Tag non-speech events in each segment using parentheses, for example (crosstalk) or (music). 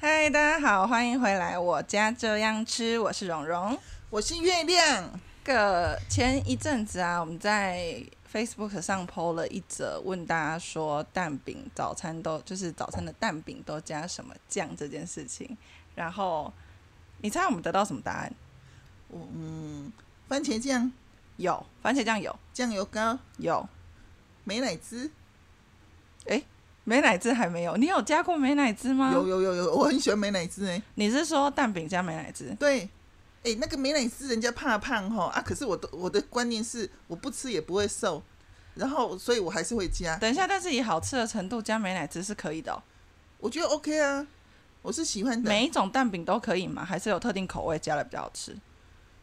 大家好，欢迎回来，我家这样吃，我是蓉蓉。我是月亮，个前一阵子啊，我们在 Facebook 上 PO 了一则，问大家说蛋饼早餐都就是早餐的蛋饼都加什么酱这件事情，然后你猜我们得到什么答案？我嗯，番茄酱、有番茄酱有酱油膏、有美乃滋，美乃滋还没有，你有加过美乃滋吗？有有有有，我很喜欢美乃滋哎、你是说蛋饼加美乃滋？对，哎、那个美乃滋人家怕胖哈啊，可是我的我的观念是我不吃也不会瘦，然后所以我还是会加，等一下，但是以好吃的程度加美乃滋是可以的哦、我觉得 OK 啊，我是喜欢的。每一种蛋饼都可以吗？还是有特定口味加了比较好吃？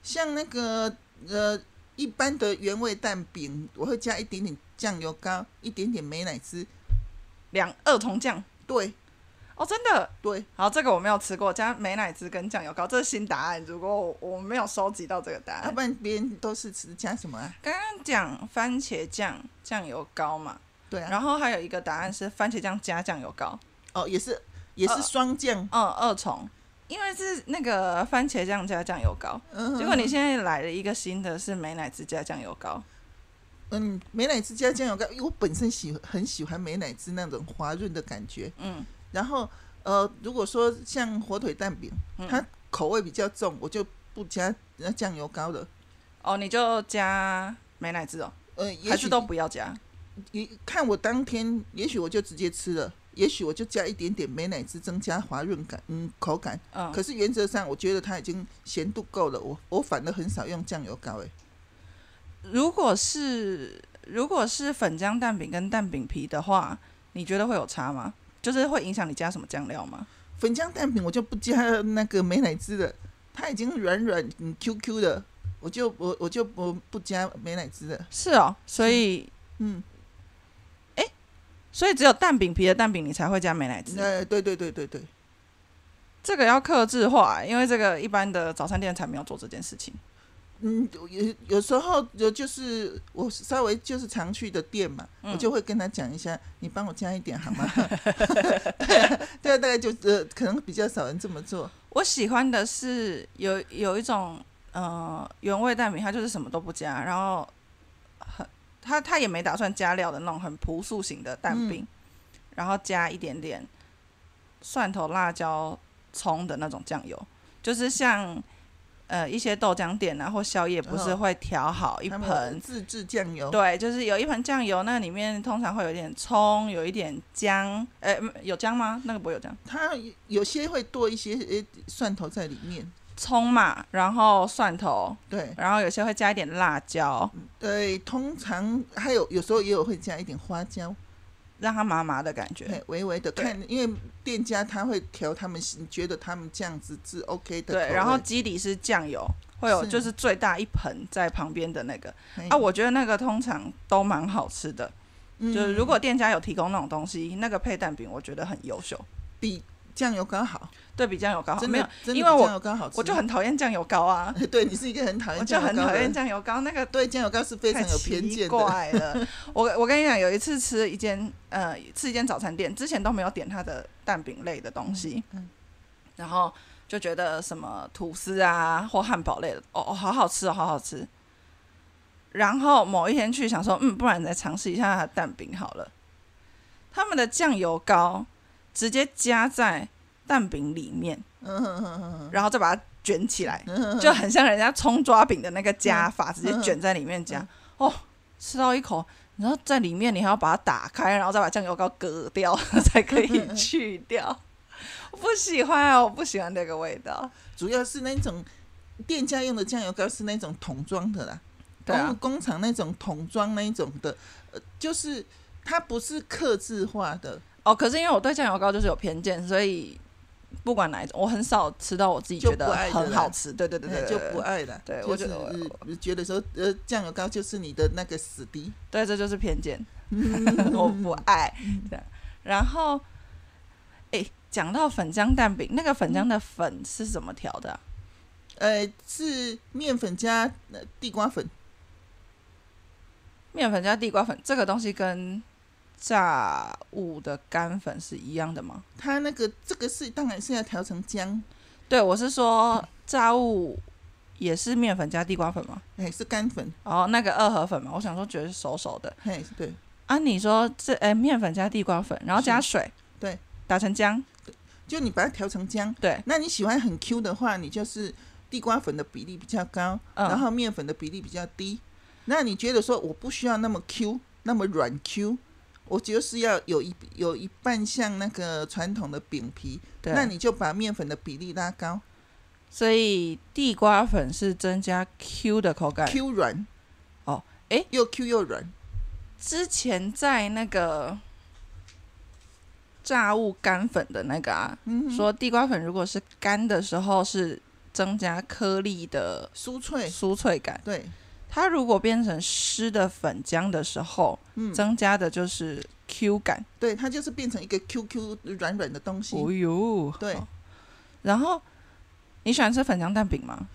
像那个呃一般的原味蛋饼，我会加一点点酱油膏，一点点美乃滋，两二重酱对哦，真的对，好，这个我没有吃过，加美乃滋跟酱油膏，这是新答案。如果我我没有收集到这个答要、案啊不，然别人都是吃加什么啊？刚刚讲番茄酱、酱油膏嘛，对啊，然后还有一个答案是番茄酱加酱油膏，哦也是也是呃双酱，嗯，二重，因为是那个番茄酱加酱油膏。嗯结果你现在来了一个新的是美乃滋加酱油膏，嗯，美乃滋加酱油膏，因为我本身喜很喜欢美乃滋那种滑润的感觉。嗯，然后呃，如果说像火腿蛋饼，嗯它口味比较重，我就不加那酱油膏了。哦，你就加美乃滋哦，呃，也还是许都不要加？也看我当天，也许我就直接吃了，也许我就加一点点美乃滋，增加滑润感，嗯，口感。嗯，可是原则上，我觉得它已经咸度够了，我我反而很少用酱油膏、欸。如果是如果是粉浆蛋饼跟蛋饼皮的话，你觉得会有差吗？就是会影响你加什么酱料吗？粉浆蛋饼我就不加那个美乃滋了，它已经软软嗯 QQ 的，我就我我就不不加美乃滋了。是哦，所以嗯，所以只有蛋饼皮的蛋饼你才会加美乃滋，呃，对对对对对，这个要克制化，因为这个一般的早餐店才没有做这件事情。嗯，有有有时候有就是我稍微就是常去的店嘛，嗯我就会跟他讲一下，你帮我加一点好吗？ (laughs) (laughs) 对啊，大概就呃，可能比较少人这么做。我喜欢的是有有一种呃原味蛋饼，它就是什么都不加，然后很它它也没打算加料的那种很朴素型的蛋嗯饼，然后加一点点蒜头、辣椒、葱的那种酱油，就是像呃一些豆浆店啊或宵夜不是哦会调好一他们有盆。自制酱油，对，就是有一盆酱油，那里面通常会有一点葱，有一点姜，呃，嗯有姜吗？那个不会有姜，它有些会剁一些呃蒜头在里面。葱嘛，然后蒜头，对，然后有些会加一点辣椒，嗯对，通常还有有时候也有会加一点花椒，让它麻麻的感觉。对，微微的对看，因为店家他会调他们喜觉得他们这样子是 OK 的口味。对，然后基底是酱油，会有是嗯就是最大一盆在旁边的那个嘿啊，我觉得那个通常都蛮好吃的。嗯就是如果店家有提供那种东西，那个配蛋饼我觉得很优秀，比酱油膏好，对比酱油膏好。真没有的，，哦真的因为比我酱油膏好吃，我就很讨厌酱油膏啊， (laughs) 对你是一个 (laughs) 很讨我厌就酱油很膏讨的厌人，酱油膏那个对酱油膏是非太常有偏奇见的。怪 (laughs) 了。我我跟你讲，有一次吃一间呃吃一间早餐店，之前都没有点它的蛋饼类的东西，嗯然后就觉得什么吐司啊或汉堡类的，哦哦，好好吃哦，好好吃。然后某一天去想说，嗯，不然你再尝试一下它的蛋饼好了。他们的酱油膏直接加在蛋饼里面，嗯哼哼哼哼然后再把它卷起来，嗯哼就很像人家葱抓饼的那个夹法，直接嗯卷在里面夹嗯。哦，吃到一口，然后在里面你还要把它打开，然后再把酱油膏隔掉， (laughs) 才可嗯以去掉。我不喜欢啊，我不喜欢这个味道。主要是那种店家用的酱油膏是那种桶装的啦，对啊工工厂那种桶装那一种的，呃，就是它不是刻制化的，哦，可是因为我对酱油膏就是有偏见，所以不管哪一种，我很少吃到我自己觉就得不爱的很啦好吃。对对对哎对，就对不爱了。对就我是觉得我呃觉得说，呃，酱油膏就是你的那个死敌。对，这就是偏 (laughs) 见，我不爱嗯这样。然后，哎，讲到粉浆蛋饼，那个粉浆的粉是怎么调的啊、呃，是面粉加呃地瓜粉，面粉加地瓜粉这个东西跟炸物的干粉是一样的吗？它那个这个是当然是要调成浆，对，我是说炸物也是面粉加地瓜粉吗？哎，是干粉，哦，那个二合粉嘛，我想说觉得是熟熟的嘿，对，啊。你说这哎面粉加地瓜粉，然后加水，对，打成浆，就你把它调成浆。对，那你喜欢很 Q 的话，你就是地瓜粉的比例比较高，嗯然后面粉的比例比较低。那你觉得说我不需要那么 Q，那么软 Q，我就是要有一有一半像那个传统的饼皮，对。那你就把面粉的比例拉高所以地瓜粉是增加 Q 的口感。 ，Q 软。哎哦，诶又 Q 又软，之前在那个炸物干粉的那个啊，嗯哼，说地瓜粉如果是干的时候是增加颗粒的酥脆，酥脆感，对，它如果变成湿的粉浆的时候，嗯，增加的就是 Q 感。对，它就是变成一个 QQ 软软的东西。哦呦，对好。然后你喜欢吃粉浆蛋饼吗？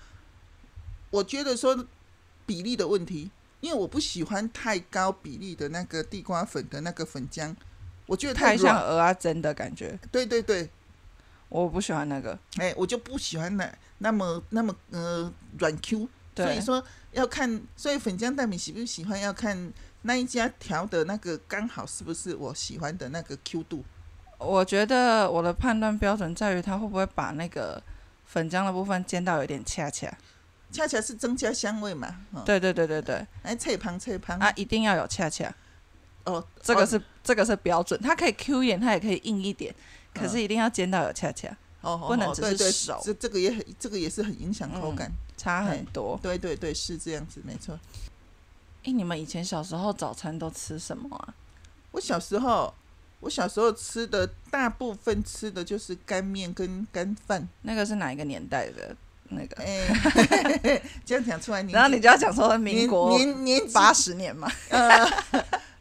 我觉得说比例的问题，因为我不喜欢太高比例的那个地瓜粉的那个粉浆，我觉得太像软。鹅啊蒸的感觉，对对对，我不喜欢那个。哎，我就不喜欢那那么那么呃软 Q。所以对，说要看，所以粉浆蛋饼喜不喜欢要看那一家调的那个刚好是不是我喜欢的那个 Q 度。我觉得我的判断标准在于它会不会把那个粉浆的部分煎到有点恰恰。嗯恰恰是增加香味嘛，哦、，对对对对对，哎，脆胖脆胖啊，一定要有恰恰，哦，这个哦是这个是标准。它可以 Q 一点，它也可以硬一点，可是一定要煎到有恰恰，哦，哦不能哦只对是对熟嗯这这个也很，这个也是很影响口感。差很多。对对对，是这样子，没错。诶，你们以前小时候早餐都吃什么啊？我小时候，我小时候吃的大部分吃的就是干面跟干饭。那个是哪一个年代的那个？ (laughs) 哎、这样讲出来，然后你就要讲说民年国年年纪八十年嘛，呃，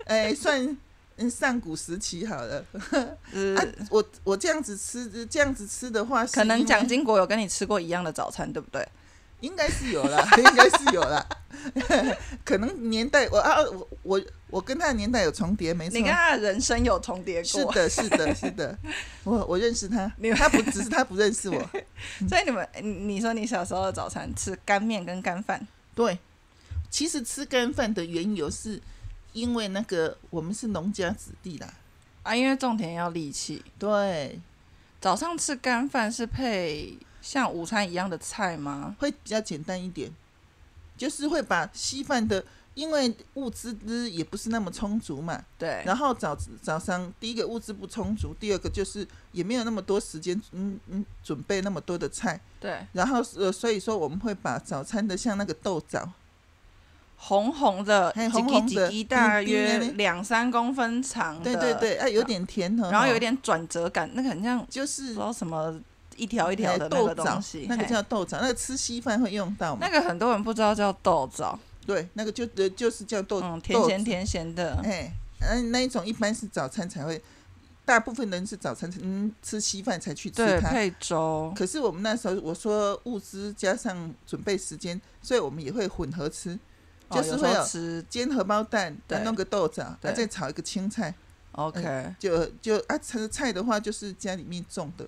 哎、算嗯上古时期好了。是呃啊，我我这样子吃，这样子吃的话是因为，可能蒋经国有跟你吃过一样的早餐，对不对？应该是有了， (laughs) 应该是有了。 (laughs) 可能年代我啊，我我我跟他的年代有重叠，没错你。跟他的人生有重叠是过，的，是的，是的，我我认识他你，们他不只是他不认识 (laughs) 我，所以你们，你你说你小时候的早餐吃干面跟干饭，对，其实吃干饭的缘由是因为那个我们是农家子弟啦，啊，因为种田要力气。对，早上吃干饭是配像午餐一样的菜吗？会比较简单一点，就是会把稀饭的，因为物资也不是那么充足嘛，对，然后早早上第一个物资不充足，第二个就是也没有那么多时间，嗯嗯，准备那么多的菜，对，然后呃，所以说我们会把早餐的像那个豆枣，红红的，嘿几红红几的几大丁丁约的嘞两三公分长嗯的，对对，对，啊，有点甜哦，然后有一点转折感，那个很像就是不知道什么一条一条哎的那豆个枣东西，，那个嘿叫豆枣，那个吃稀饭会用到嘛那？个很多人不知道叫豆枣，对，那个就呃就是叫豆，嗯，甜豆咸子甜咸的，哎，那那一种一般是早餐才会，大部分人是早餐才嗯吃稀饭才去吃对，它。配粥，可是我们那时候我说物资加上准备时间，所以我们也会混合吃，哦就是有时会候有吃煎荷包蛋，对再弄个豆枣，啊对再炒一个青菜， ，OK，就就啊菜菜的话就是家里面种的，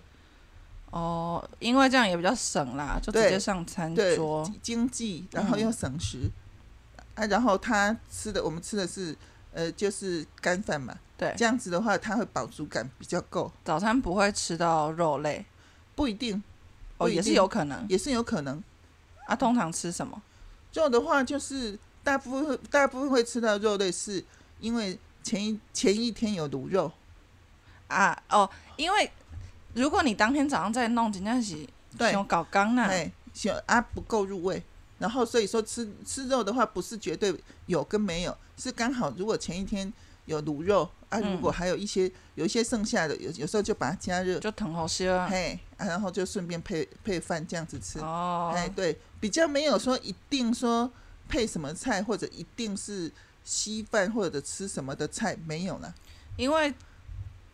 哦，因为这样也比较省啦，就直对接上餐对桌，经济，然后又省时，嗯啊，然后他吃的我们吃的是呃就是干饭嘛，对，这样子的话他会饱足感比较够，早餐不会吃到肉类，不一定哦，不一也是定有可能也是有可能。啊。通常吃什么？肉的话就是大部分大部分会吃到肉类，是因为前一前一天有卤肉，啊哦，因为如果你当天早上再弄，真正是对想搞刚呐，哎，小啊不够入味。然后所以说吃吃肉的话，不是绝对有跟没有，是刚好如果前一天有卤肉啊，嗯如果还有一些、有一些剩下的，有有时候就把它加热，就疼好些啊。嘿、啊，然后就顺便配配饭这样子吃。哦，哎，对，比较没有说一定说配什么菜，或者一定是稀饭或者吃什么的菜，没有啦。因为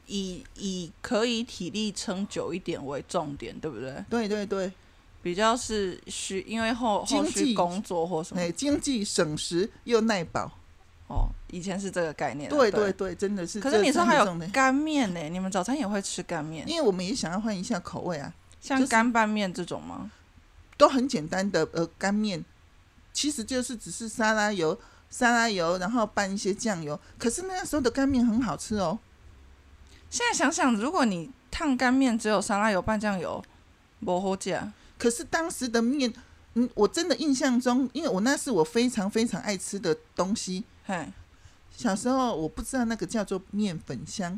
以以可以体力撑久一点为重点，对不对？对对对，比较是需因为后后经济续工作或什么哎，经济省时又耐饱，哦，以前是这个概念啊、对对对对，真的是这。可是你说还这么重有的干面呢、你们早餐也会吃干面，因为我们也想要换一下口味啊，像就是干拌面这种吗？都很简单的呃干面，其实就是只是沙拉油、沙拉油，然后拌一些酱油。可是那时候的干面很好吃哦，现在想想，如果你烫干面只有沙拉油拌酱油，不好啊吃。可是当时的面，嗯，我真的印象中，因为我那是我非常非常爱吃的东西。嘿，小时候我不知道那个叫做面粉香，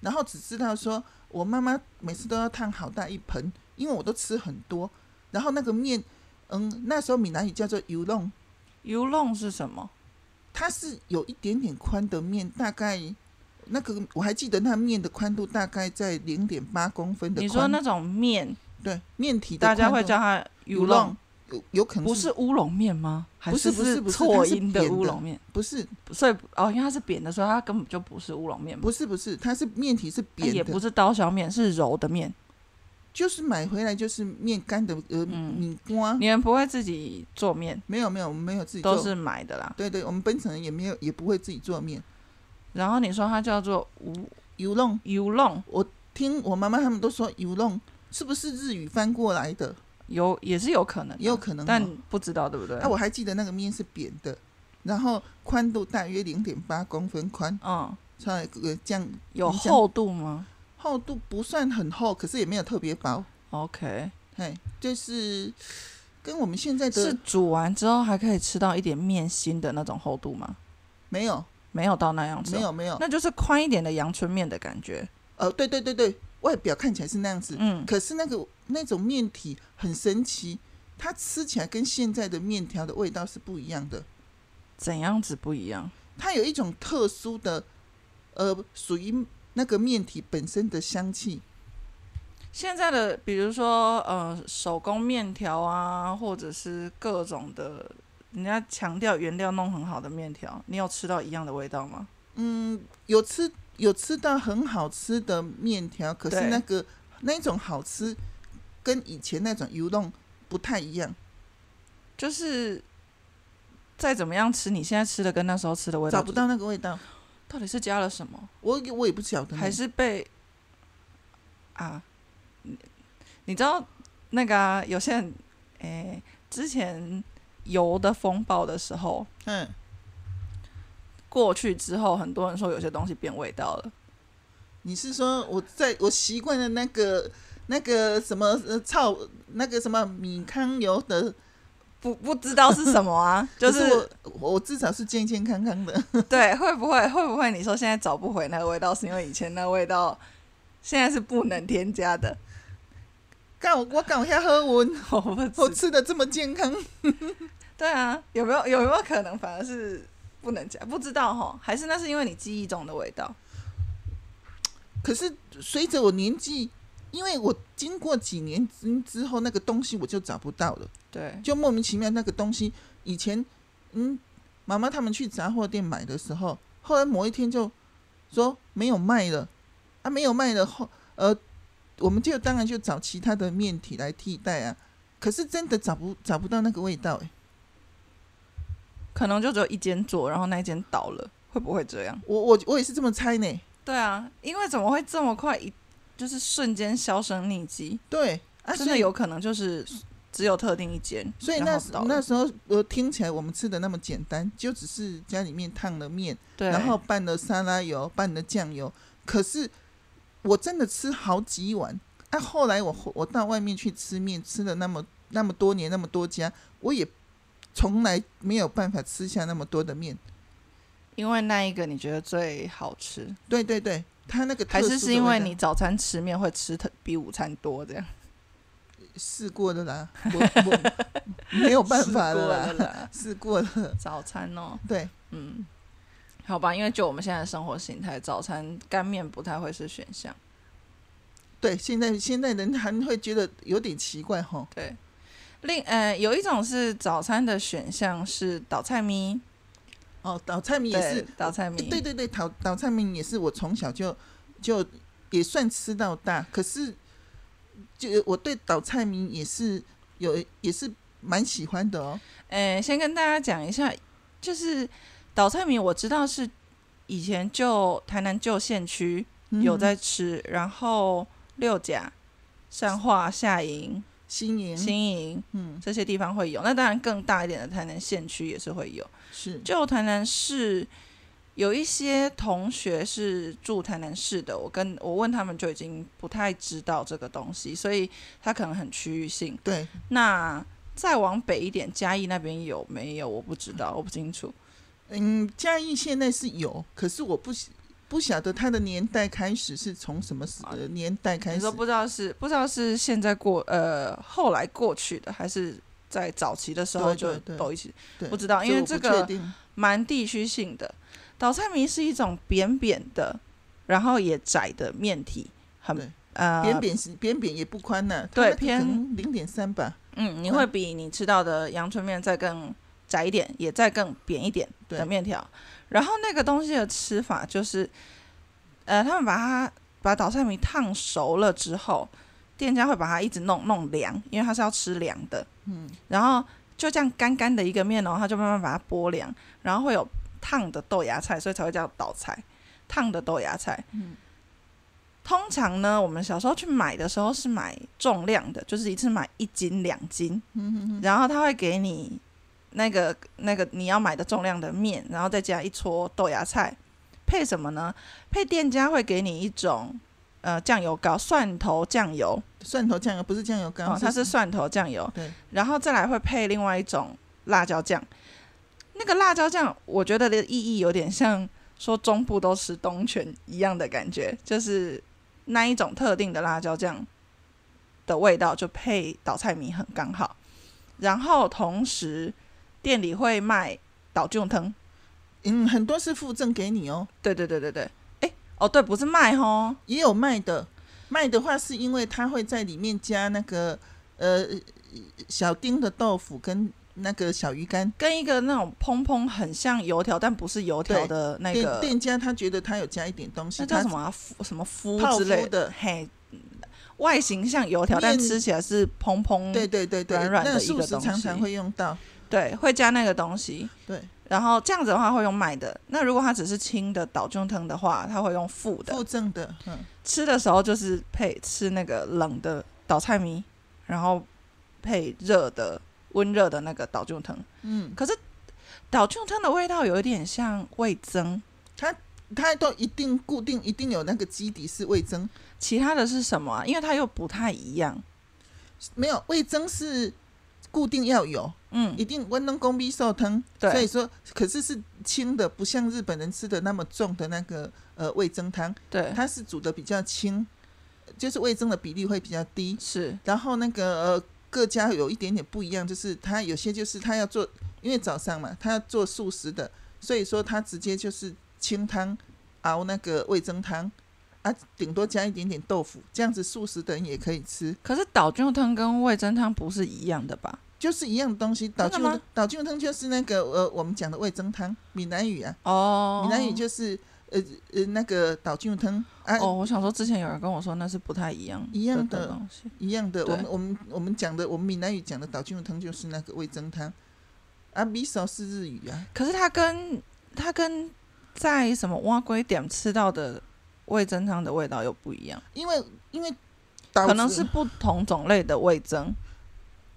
然后只知道说我妈妈每次都要烫好大一盆，因为我都吃很多。然后那个面，嗯，那时候闽南语叫做油弄，油弄是什么？它是有一点点宽的面，大概那个我还记得那面的宽度大概在零点八公分的宽。你说那种面，对面体的大宽度，家会叫它油油弄弄，，有有可能不是乌龙面吗？还不是不是是不是错它是音的扁的乌龙面？不是所以哦，因为它是扁的，所以它根本就不是乌龙面嘛，不是不是，它是面体是它扁啊也的，不是刀削面，是揉的面。就是买回来就是面干的呃嗯米瓜。你们不会自己做面，没有没有，我们没有自己做，都是买的啦。对对，我们本省人也没有也不会自己做面。然后你说它叫做无油弄，油弄，我听我妈妈他们都说油弄是不是日语翻过来的？有也是有可能的，也有可能哦但不知道对不对？啊那、我还记得那个面是扁的，然后宽度大约零点八公分宽，嗯，它呃酱有你讲厚度吗厚度不算很厚，可是也没有特别薄， ？OK，嘿，就是跟我们现在是的煮完之后还可以吃到一点面心的那种厚度吗？没有没有到那样子，哦没，有没有，那就是宽一点的阳春面的感觉。呃，对对对对，外表看起来是那样子，嗯，可是那个那种面体很神奇，它吃起来跟现在的面条的味道是不一样的。怎样子不一样？它有一种特殊的，呃，属于那个面体本身的香气。现在的比如说呃手工面条啊，或者是各种的，人家强调原料弄很好的面条，你有吃到一样的味道吗？嗯，有吃有吃到很好吃的面条，可是对那个那种好吃跟以前那种油弄不太一样。就是再怎么样吃，你现在吃的跟那时候吃的味道找不，到那个味道，到底是加了什么，我也我也不晓得呢。还是被啊？你你知道那个啊、有些人诶、之前油的风暴的时候嗯，过去之后，很多人说有些东西变味道了。你是说我在我习惯了那个那个什么呃操那个什么米糠油的，不不知道是什么 (laughs) 啊，就可是我我至少是健健康康的。对，会不会会不会你说现在找不回那个味道，是因为以前那个味道现在是不能添加的？干我我搞下喝文， (laughs) 我不知我吃的这么健康， (laughs) 对啊，有没有有没有可能反而是不能加？不知道哈，还是那是因为你记忆中的味道？可是随着我年纪，因为我经过几年之之后，那个东西我就找不到了，对，就莫名其妙那个东西，以前嗯，妈妈他们去杂货店买的时候，后来某一天就说没有卖了，啊没有卖了后，呃，我们就当然就找其他的面体来替代啊，可是真的找不找不到那个味道、欸，可能就只有一间做，然后那一间倒了，会不会这样？我我我也是这么猜呢，对啊，因为怎么会这么快一就是瞬间销声匿迹？对，啊真的有可能就是只有特定一间，所以然那后时倒了那时候我听起来我们吃的那么简单，就只是家里面烫了面，对，然后拌了沙拉油，拌了酱油。可是我真的吃好几碗。那、后来我我到外面去吃面，吃了那么那么多年那么多家，我也从来没有办法吃下那么多的面。因为那一个你觉得最好吃，对对对，它那个特还是殊是的因味为道你早餐吃面会吃特比午餐多 (laughs) 这样？试过 (laughs) 的啦，我我没有办法试过了了啦，啦，试过了， (laughs) 早餐哦，对，嗯，好吧，因为就我们现在的生活形态，早餐干面不太会是选项。对，现在现在人还会觉得有点奇怪哈。对，另呃有一种是早餐的选项是倒菜咪，哦，倒菜米也对是，，倒菜诶咪，对对对，倒倒菜米也是我从小就就也算吃到大，可是就我对倒菜米也是有也是蛮喜欢的哦。呃，先跟大家讲一下，就是倒菜米我知道是以前旧台南旧县区嗯有在吃，然后六甲、善化、下营、新营，新营嗯，这些地方会有。那当然更大一点的台南县区也是会有。是就台南市有一些同学是住台南市的，我跟我问他们就已经不太知道这个东西，所以它可能很区域性。对，那再往北一点，嘉义那边有没有？我不知道，我不清楚。嗯，嘉义现在是有，可是我不喜不晓得它的年代开始是从什么时啊呃年代开你始说，不知道是不知道是现在过呃后来过去的，还是在早期的时候对就对对都一起？对不知道，因我为不这确个定蛮地区性的。倒菜米是一种扁扁的，然后也窄的面体，对很呃扁扁是扁扁也不宽呐，它对那个可偏能零点三吧，嗯，你宽会比你吃到的阳春面再更窄一点，也再更扁一点的对面条。然后那个东西的吃法就是，呃，他们把它把倒菜米烫熟了之后，店家会把它一直弄弄凉，因为它是要吃凉的。嗯，然后就这样干干的一个面哦，它就慢慢把它剥凉，然后会有烫的豆芽菜，所以才会叫倒菜，烫的豆芽菜。嗯。通常呢，我们小时候去买的时候是买重量的，就是一次买一斤两斤，嗯然后他会给你那个那个你要买的重量的面，然后再加一撮豆芽菜，配什么呢？配店家会给你一种呃酱油膏，蒜头酱油，蒜头酱油不是酱油膏哦，，它是蒜头酱油，对，然后再来会配另外一种辣椒酱。那个辣椒酱，我觉得的意义有点像说中部都吃东泉一样的感觉，就是那一种特定的辣椒酱的味道，就配倒菜米很刚好。然后同时店里会卖倒菌汤，嗯，很多是附赠给你哦，对对对对对，哎哦对，不是卖哦吼，也有卖的，卖的话是因为它会在里面加那个呃小丁的豆腐跟那个小鱼干。跟一个那种蓬蓬很像油条，但不是油条对的那店个店家他觉得他有加一点东西，那叫他什么啊、夫什么夫泡之类芙的嘿，外形像油条，但面吃起来是蓬蓬，对对对对，软软的那一素个食东常西常会用到。对会加那个东西。对，然后这样子的话会用买的，那如果它只是清的岛中藤的话，它会用附的附。赠的，嗯，吃的时候就是配吃那个冷的岛菜米，然后配热的温热的那个岛中藤。嗯，可是岛中藤的味道有一点像味增，它都一定固定，一定有那个基底是味增，其他的是什么啊、因为它又不太一样。没有味增是固定要有，嗯一，定温能公逼寿汤。对所以说，可是是轻的，不像日本人吃的那么重的那个呃味增汤，对，它是煮的比较轻，就是味增的比例会比较低。是然后那个呃，各家有一点点不一样，就是他有些就是他要做，因为早上嘛，他要做素食的，所以说他直接就是清汤熬那个味增汤，啊，顶多加一点点豆腐，这样子素食的人也可以吃，可是岛菌汤跟味噌汤不是一样的吧？就是一样的东西。岛真菌的吗岛菌汤就是那个呃，我们讲的味增汤，闽南语啊，哦闽南语就是呃呃那个岛菌汤啊。哦，我想说之前有人跟我说那是不太一样一样的的东西，一样的，对我们我们我们讲的，我们闽南语讲的岛菌汤就是那个味增汤，啊，miso 是日语啊，可是它跟它跟在什么蛙龟点吃到的味噌汤的味道又不一样，因为因为岛可能是不同种类的味噌。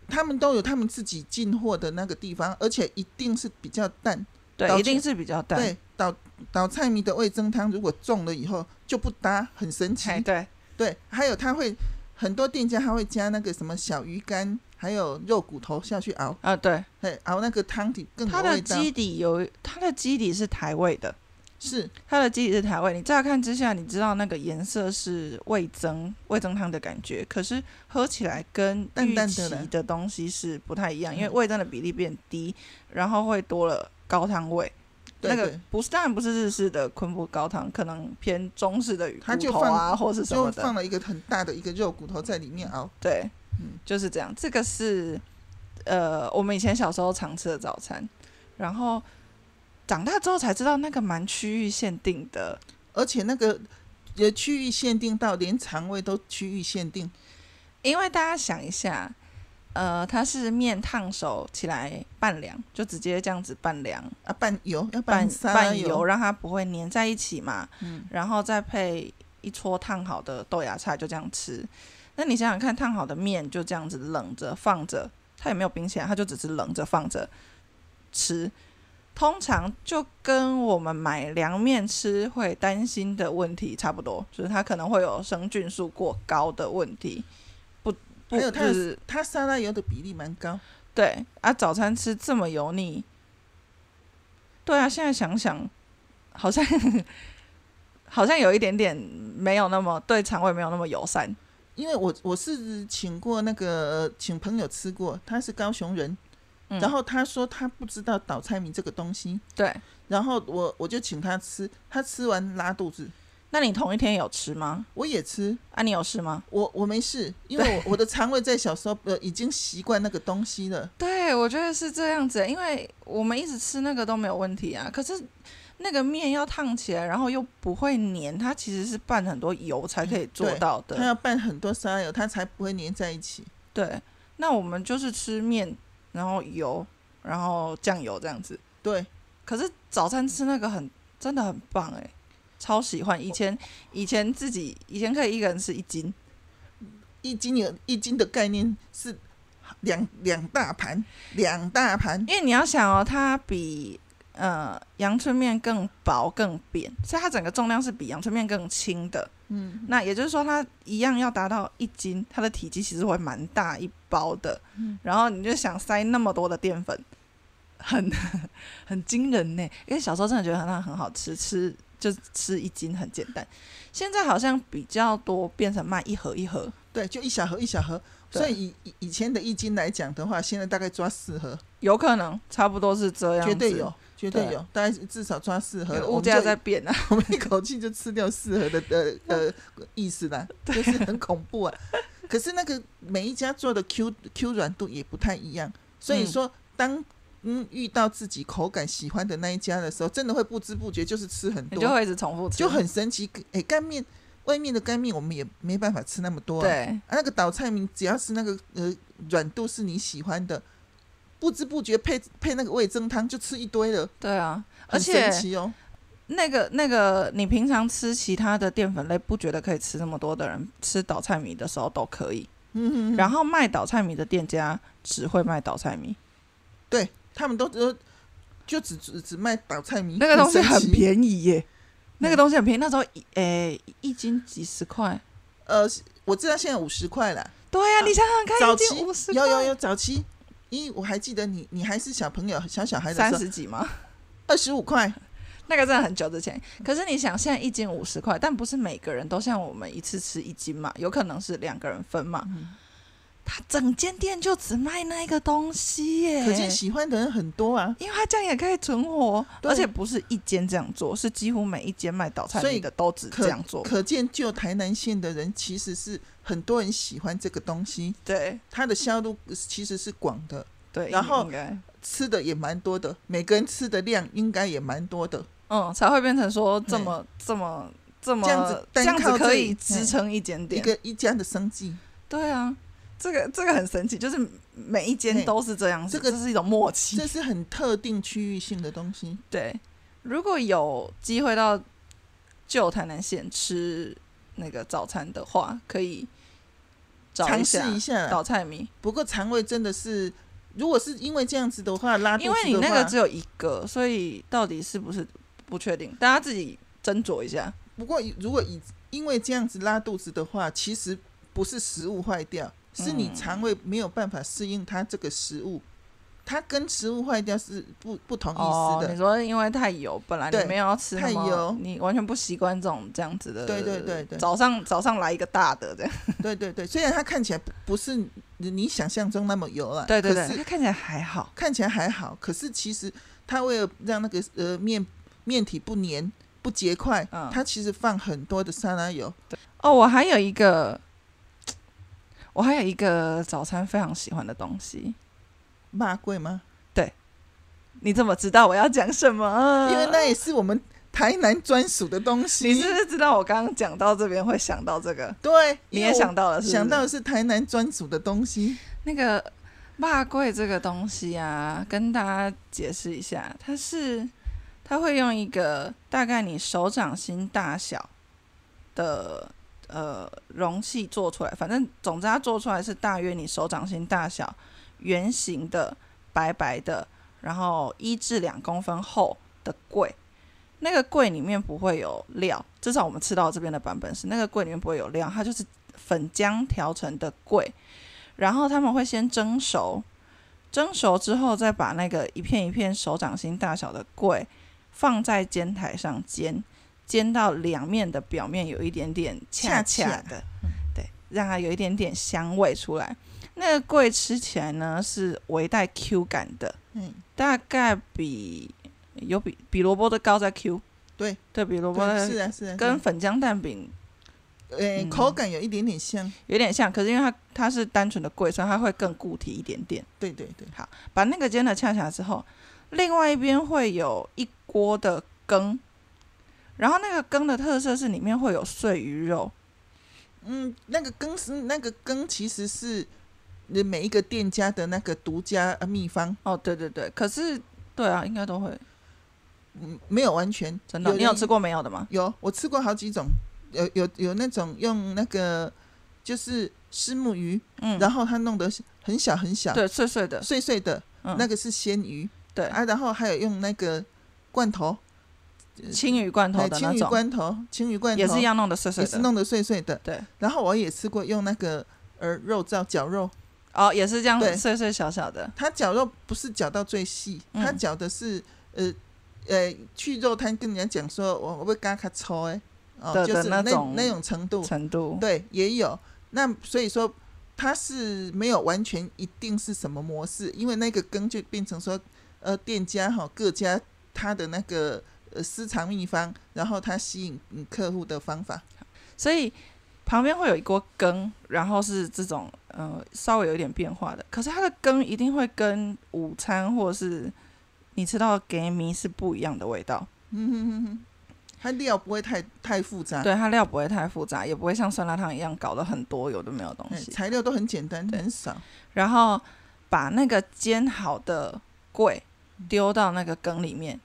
他们都有他们自己进货的那个地方，而且一定是比较淡。对，岛一定是比较淡。哎对，岛岛菜米的味增汤如果中了以后就不搭，很神奇哎，。对，对，还有他会很多店家还会加那个什么小鱼干，还有肉骨头下去熬，啊，对，对，熬那个汤底更有它的味道。基底有它的基底是台味的，是它的基底是台味，你乍看之下，你知道那个颜色是味增味增汤的感觉，可是喝起来跟淡预淡的期了的东西是不太一样，嗯因为味增的比例变低，然后会多了高汤味。对那个对不是，当然不是日式的昆布高汤，可能偏中式的鱼它骨就头放啊，或是什就么的放。了一个很大的一个肉骨头在里面熬。对，嗯就是这样。这个是呃，我们以前小时候常吃的早餐，然后长大之后才知道那个蛮区域限定的。而且那个呃也区域限定到连肠胃都区域限定，因为大家想一下，呃，它是面烫熟起来拌凉，就直接这样子拌凉，啊，拌油要拌沙拌油，油，让它不会粘在一起嘛。嗯然后再配一撮烫好的豆芽菜，就这样吃。那你想想看，烫好的面就这样子冷着放着，它也没有冰起来，它就只是冷着放着吃。通常就跟我们买凉面吃会担心的问题差不多，就是它可能会有生菌数过高的问题，不不还有它就的是它沙拉油的比例蛮高，对啊，早餐吃这么油腻，对啊，现在想想，好像 (laughs) 好像有一点点没有那么对肠胃没有那么友善。因为我我是请过那个呃请朋友吃过，他是高雄人，嗯然后他说他不知道倒菜米这个东西，对，然后我我就请他吃，他吃完拉肚子，那你同一天有吃吗？我也吃，啊，你有吃吗？我我没事，因为 (laughs) 我我的肠胃在小时候呃已经习惯那个东西了，对，我觉得是这样子，因为我们一直吃那个都没有问题啊。可是那个面要烫起来，然后又不会粘，它其实是拌很多油才可以做对到的。他要拌很多沙拉油，他才不会粘在一起。嗯对，那我们就是吃面，然后油，然后酱油这样子。对，可是早餐吃那个很真的很棒哎、超喜欢。以前以前自己以前可以一个人吃一斤，一斤有一斤的概念是两两大盘，两大盘，因为你要想哦，它比呃阳春面更薄更扁，所以它整个重量是比阳春面更轻的。嗯，那也就是说，它一样要达到一斤，它的体积其实会蛮大一包的。嗯然后你就想塞那么多的淀粉，很 (laughs) 很惊人呢。因为小时候真的觉得它很好吃，吃就吃一斤很简单。现在好像比较多变成卖一盒一盒，对，就一小盒一小盒。对所以以以以前的一斤来讲的话，现在大概抓四盒，有可能差不多是这样子。绝对有，绝对对有，大概至少抓四盒因为了。我物们价就在变啊。 (laughs) 我们一口气就吃掉四盒的呃呃意思 (laughs) 啦，就是很恐怖啊。可是那个每一家做的 Q Q 软度也不太一样，所以嗯说当嗯遇到自己口感喜欢的那一家的时候，真的会不知不觉就是吃很你就多，啊会一直重复吃，就很神奇。哎、干面外面的干面我们也没办法吃那么多、啊，对啊，那个倒菜名只要是那个呃软度是你喜欢的，不知不觉配配那个味增汤就吃一堆了，对啊。而很且神奇哦。那个那个，你平常吃其他的淀粉类不觉得可以吃那么多的人，吃倒菜米的时候都可以。嗯，然后卖倒菜米的店家只会卖倒菜米，他们都都就只只只卖倒菜米，那个东西神很奇。嗯便宜耶，那个东西很便宜，那时候一诶、一斤几十块。呃，我知道现在五十块啦，对呀、啊你想想看，早一期哎斤五十有块，有有早期，咦，我还记得你你还是小朋友小小孩的三时候，十几吗？二十五块，那个真的很久之前。可是你想，现在一斤五十块，但不是每个人都像我们一次吃一斤嘛，有可能是两个人分嘛。他整间店就只卖那一个东西耶，可见喜欢的人很多啊。因为他这样也可以存活，对而且不是一间这样做，是几乎每一间卖倒菜所以米的都只可这样做。可见，就台南县的人其实是很多人喜欢这个东西，对它的销路其实是广的，对，然后应该吃的也蛮多的，每个人吃的量应该也蛮多的。嗯才会变成说这么这么这么这样子单这样靠子这可以里支撑一间一店。个一家的生计，对啊，这个这个很神奇，就是每一间嘿都是这样子，这个是一种默契这。是很特定区域性的东西。对，如果有机会到旧台南县吃那个早餐的话，可以找尝一试下一下啦。倒菜米，不过肠胃真的是，如果是因为这样子的话，拉肚子因的为话，你那个只有一个，所以到底是不是不确定，大家自己斟酌一下。不过如果以因为这样子拉肚子的话，其实不是食物坏掉，是你嗯肠胃没有办法适应它这个食物，它跟食物坏掉是不不同意哦思，的。你说因为太油，本来对你没有要吃那么太油你完全不习惯这种这样子的。对对对对早上早上来一个大的这样。对对对，虽然它看起来不不是你你想象中那么油啊，对对对，可是它看起来还好。看起来还好，可是其实它为了让那个呃面面体不粘不结块，嗯它其实放很多的沙拉油。哦，我还有一个，我还有一个早餐非常喜欢的东西。骂贵吗？你怎么知道我要讲什么？因为那也是我们台南专属的东西。呃你是不是知道我刚刚讲到这边会想到这个？对，你因为也我想到了是不是想到的是台南专属的东西，那个霸柜这个东西啊，跟大家解释一下，它是它会用一个大概你手掌心大小的呃容器做出来，反正总之它做出来是大约你手掌心大小圆形的白白的，然后一至两公分厚的柜。那个柜里面不会有料，至少我们吃到这边的版本是那个柜里面不会有料，它就是粉浆调成的柜。然后他们会先蒸熟，蒸熟之后再把那个一片一片手掌心大小的桂放在煎台上煎，煎到两面的表面有一点点恰恰恰恰的，对，让它有一点点香味出来。那个桂吃起来呢是微带 Q 感的，嗯，大概比有比比萝卜的糕再 Q，对对比萝卜对，是的啊是啊，跟粉浆蛋饼呃嗯口感有一点点像，有点像，可是因为它它是单纯的桂，所以它会更固体一点点。对对对，把那个煎的恰恰之后，另外一边会有一锅的羹，然后那个羹的特色是里面会有碎鱼肉，嗯，那个羹是那个羹其实是呃每一个店家的那个独家呃秘方，哦，对对对，可是对啊，应该都会嗯，没有完全真的。你有吃过？过没有的吗？有，我吃过好几种，有有有那种用那个就是虱目鱼，嗯，然后它弄得很小很小，对，碎碎的，碎碎的，嗯，那个是鲜鱼对，啊，然后还有用那个罐头，青鱼罐头哎的青那鱼种，罐头，青鱼罐头也是一，样弄得碎碎也是的，弄得碎碎的。对，然后我也吃过用那个呃肉燥绞肉，哦，也是这样对碎碎小小的，它绞肉不是绞到最细，嗯它绞的是呃呃去肉摊跟人家讲说，我我会嘎咔抽哎，哦，的就是的那那种那种程度，程度，对，也有。那所以说，它是没有完全一定是什么模式，因为那个羹就变成说，呃，店家哈各家他的那个呃私藏秘方，然后他吸引嗯客户的方法。所以旁边会有一锅羹，然后是这种呃稍微有一点变化的，可是它的羹一定会跟午餐或是你吃到的给米是不一样的味道。嗯哼哼哼，它料不会太太复杂，对，它料不会太复杂，也不会像酸辣汤一样搞得很多有的没有的东嗯，西。材料都很简单，很少。然后把那个煎好的桂丢到那个羹里面。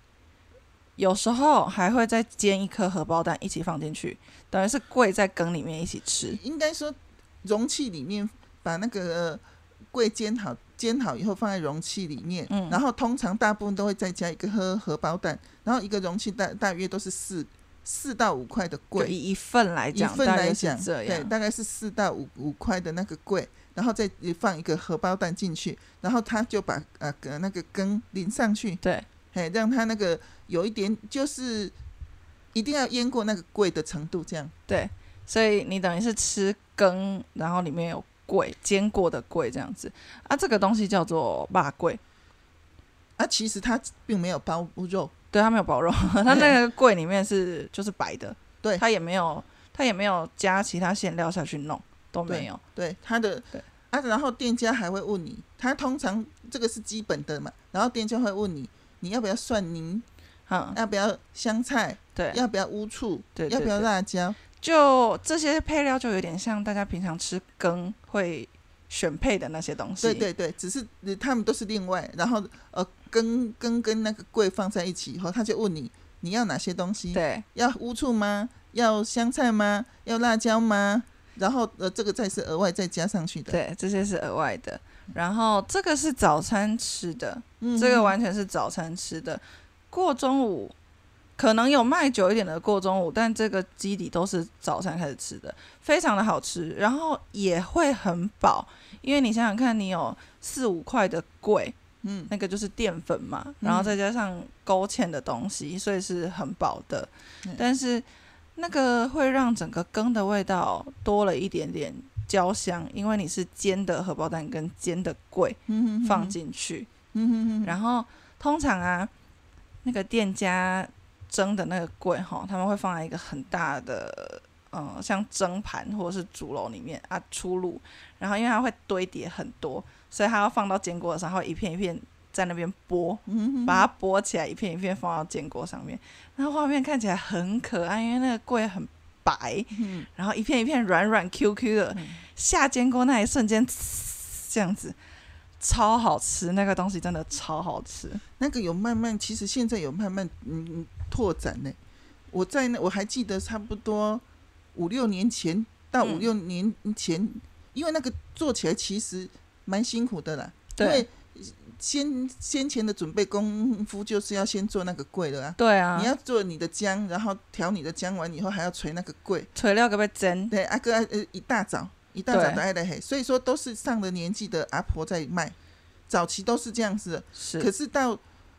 有时候还会再煎一颗荷包蛋一起放进去，等于是桂在羹里面一起吃。应该说，容器里面把那个桂煎好，煎好以后放在容器里面，嗯然后通常大部分都会再加一个荷荷包蛋，然后一个容器大大约都是四四到五块的就桂，以一份来一讲，份大来约是讲，这样对，大概是四到五五块的那个桂，然后再放一个荷包蛋进去，然后他就把呃呃那个羹淋上去，对，嘿，让它那个有一点就是一定要淹过那个桂的程度，这样。对，所以你等于是吃羹，然后里面有桂煎过的桂这样子啊，这个东西叫做霸桂，啊，其实它并没有包肉，对，它没有包肉， (laughs) 它那个桂里面是就是白的，对它也没有它也没有加其他馅料下去弄，都没有，对他的对啊，然后店家还会问你，他通常这个是基本的嘛，然后店家会问你，你要不要蒜泥，嗯，要不要香菜，对，要不要乌醋，对对要不要对辣椒，就这些配料就有点像大家平常吃羹会选配的那些东西，对对对，只是呃他们都是另外，然后呃跟跟跟那个柜放在一起以后，他就问你你要哪些东西，对要乌醋吗？要香菜吗？要辣椒吗？然后呃这个再是额外再加上去的，对，这些是额外的。然后这个是早餐吃的，嗯这个完全是早餐吃的。过中午可能有卖久一点的过中午，但这个基底都是早餐开始吃的，非常的好吃，然后也会很饱，因为你想想看，你有四五块的贵，嗯那个就是淀粉嘛，然后再加上勾芡的东西，所以是很饱的嗯。但是那个会让整个羹的味道多了一点点焦香，因为你是煎的荷包蛋跟煎的桂嗯放，进去，嗯哼哼哼然后通常啊，那个店家蒸的那个柜哈，他们会放在一个很大的呃，像蒸盘或者是竹篓里面啊出炉，然后因为它会堆叠很多，所以它要放到煎锅的时候，它会一片一片在那边剥，嗯哼把它剥起来，一片一片放到煎锅上面，那画面看起来很可爱，因为那个柜很白，嗯然后一片一片软软 Q Q 的，嗯下煎锅那一瞬间，呲这样子超好吃，那个东西真的超好吃。那个有慢慢，其实现在有慢慢嗯嗯拓展呢。我在那我还记得差不多五六年前到嗯五六年前，因为那个做起来其实蛮辛苦的啦，因对为先先前的准备功夫就是要先做那个柜的啊。对啊你，要做你的姜，然后调你的姜完以后，还要捶那个柜。锤料个被煎，对，阿哥呃一大早一大早对都爱来嘿，所以说都是上了年纪的阿婆在卖，早期都是这样子的。可是是到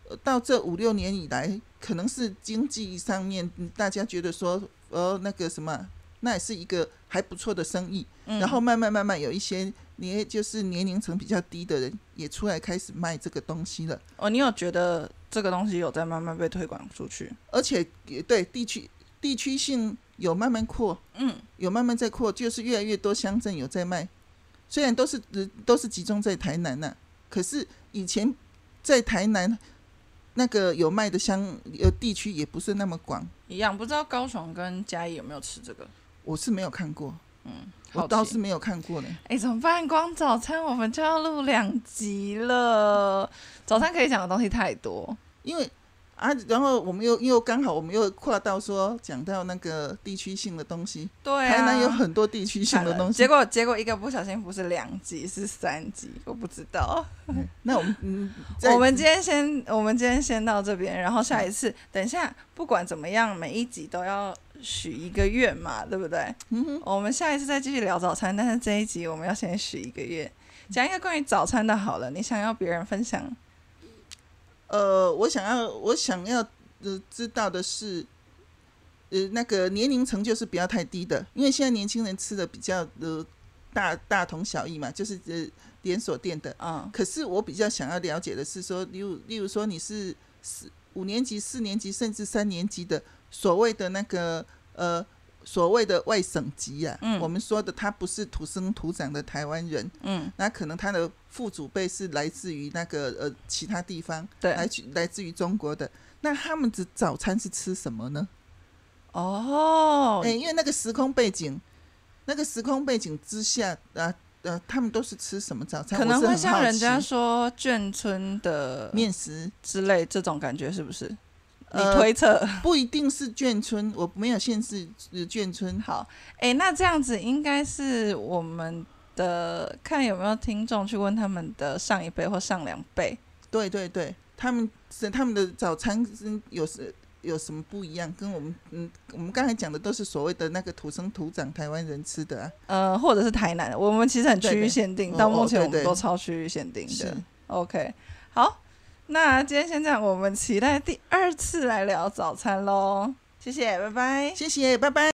呃到这五六年以来，可能是经济上面嗯大家觉得说，呃，那个什么，那也是一个还不错的生意。嗯然后慢慢慢慢有一些年就是年龄层比较低的人也出来开始卖这个东西了，哦，你有觉得这个东西有在慢慢被推广出去？而且也对地区地区性有慢慢扩，嗯，有慢慢在扩，就是越来越多乡镇有在卖，虽然都是呃都是集中在台南呐、啊可是以前在台南那个有卖的乡呃地区也不是那么广，一样，不知道高雄跟嘉义有没有吃这个？我是没有看过，好我奇倒是没有看过呢。哎、怎么办？光早餐我们就要录两集了。早餐可以讲的东西太多，因为啊，然后我们又又刚好我们又跨到说讲到那个地区性的东西，对啊，台南有很多地区性的惨了东西结，果结果一个不小心不是两集是三集，我不知道。那我们嗯，在我们今天先我们今天先到这边，然后下一次等一下不管怎么样，每一集都要许一个愿嘛，对不对？嗯哼 (laughs) 我们下一次再继续聊早餐，但是这一集我们要先许一个嗯愿，讲一个关于早餐的好了。你想要别人分享？呃，我想要我想要呃知道的是，呃，那个年龄层就是不要太低的，因为现在年轻人吃的比较呃大大同小异嘛，就是呃连锁店的。嗯可是我比较想要了解的是说，例如例如说你是四五年级、四年级甚至三年级的所谓的那个呃所谓的外省籍啊，嗯我们说的他不是土生土长的台湾人，嗯，那可能他的父祖辈是来自于那个呃其他地方。对。来去来自于中国的。那他们的早餐是吃什么呢？哦，哎、因为那个时空背景，那个时空背景之下，啊呃，他们都是吃什么早餐？可能我是会很好像奇人家说眷村的面食，之类这种感觉，是不是？你呃推测？ (laughs) 不一定是眷村，我没有限制呃眷村。好，哎、那这样子应该是我们的看有没有听众去问他们的上一辈或上两辈。对对对，他们是他们的早餐是有时。有什么不一样？跟我们嗯，我们刚才讲的都是所谓的那个土生土长台湾人吃的啊，呃，或者是台南，我们其实很区对域对限定，哦到哦目前对我们对都超区域限定的。是 OK，好，那今天先这样，我们期待第二次来聊早餐喽。谢谢，拜拜。谢谢，拜拜。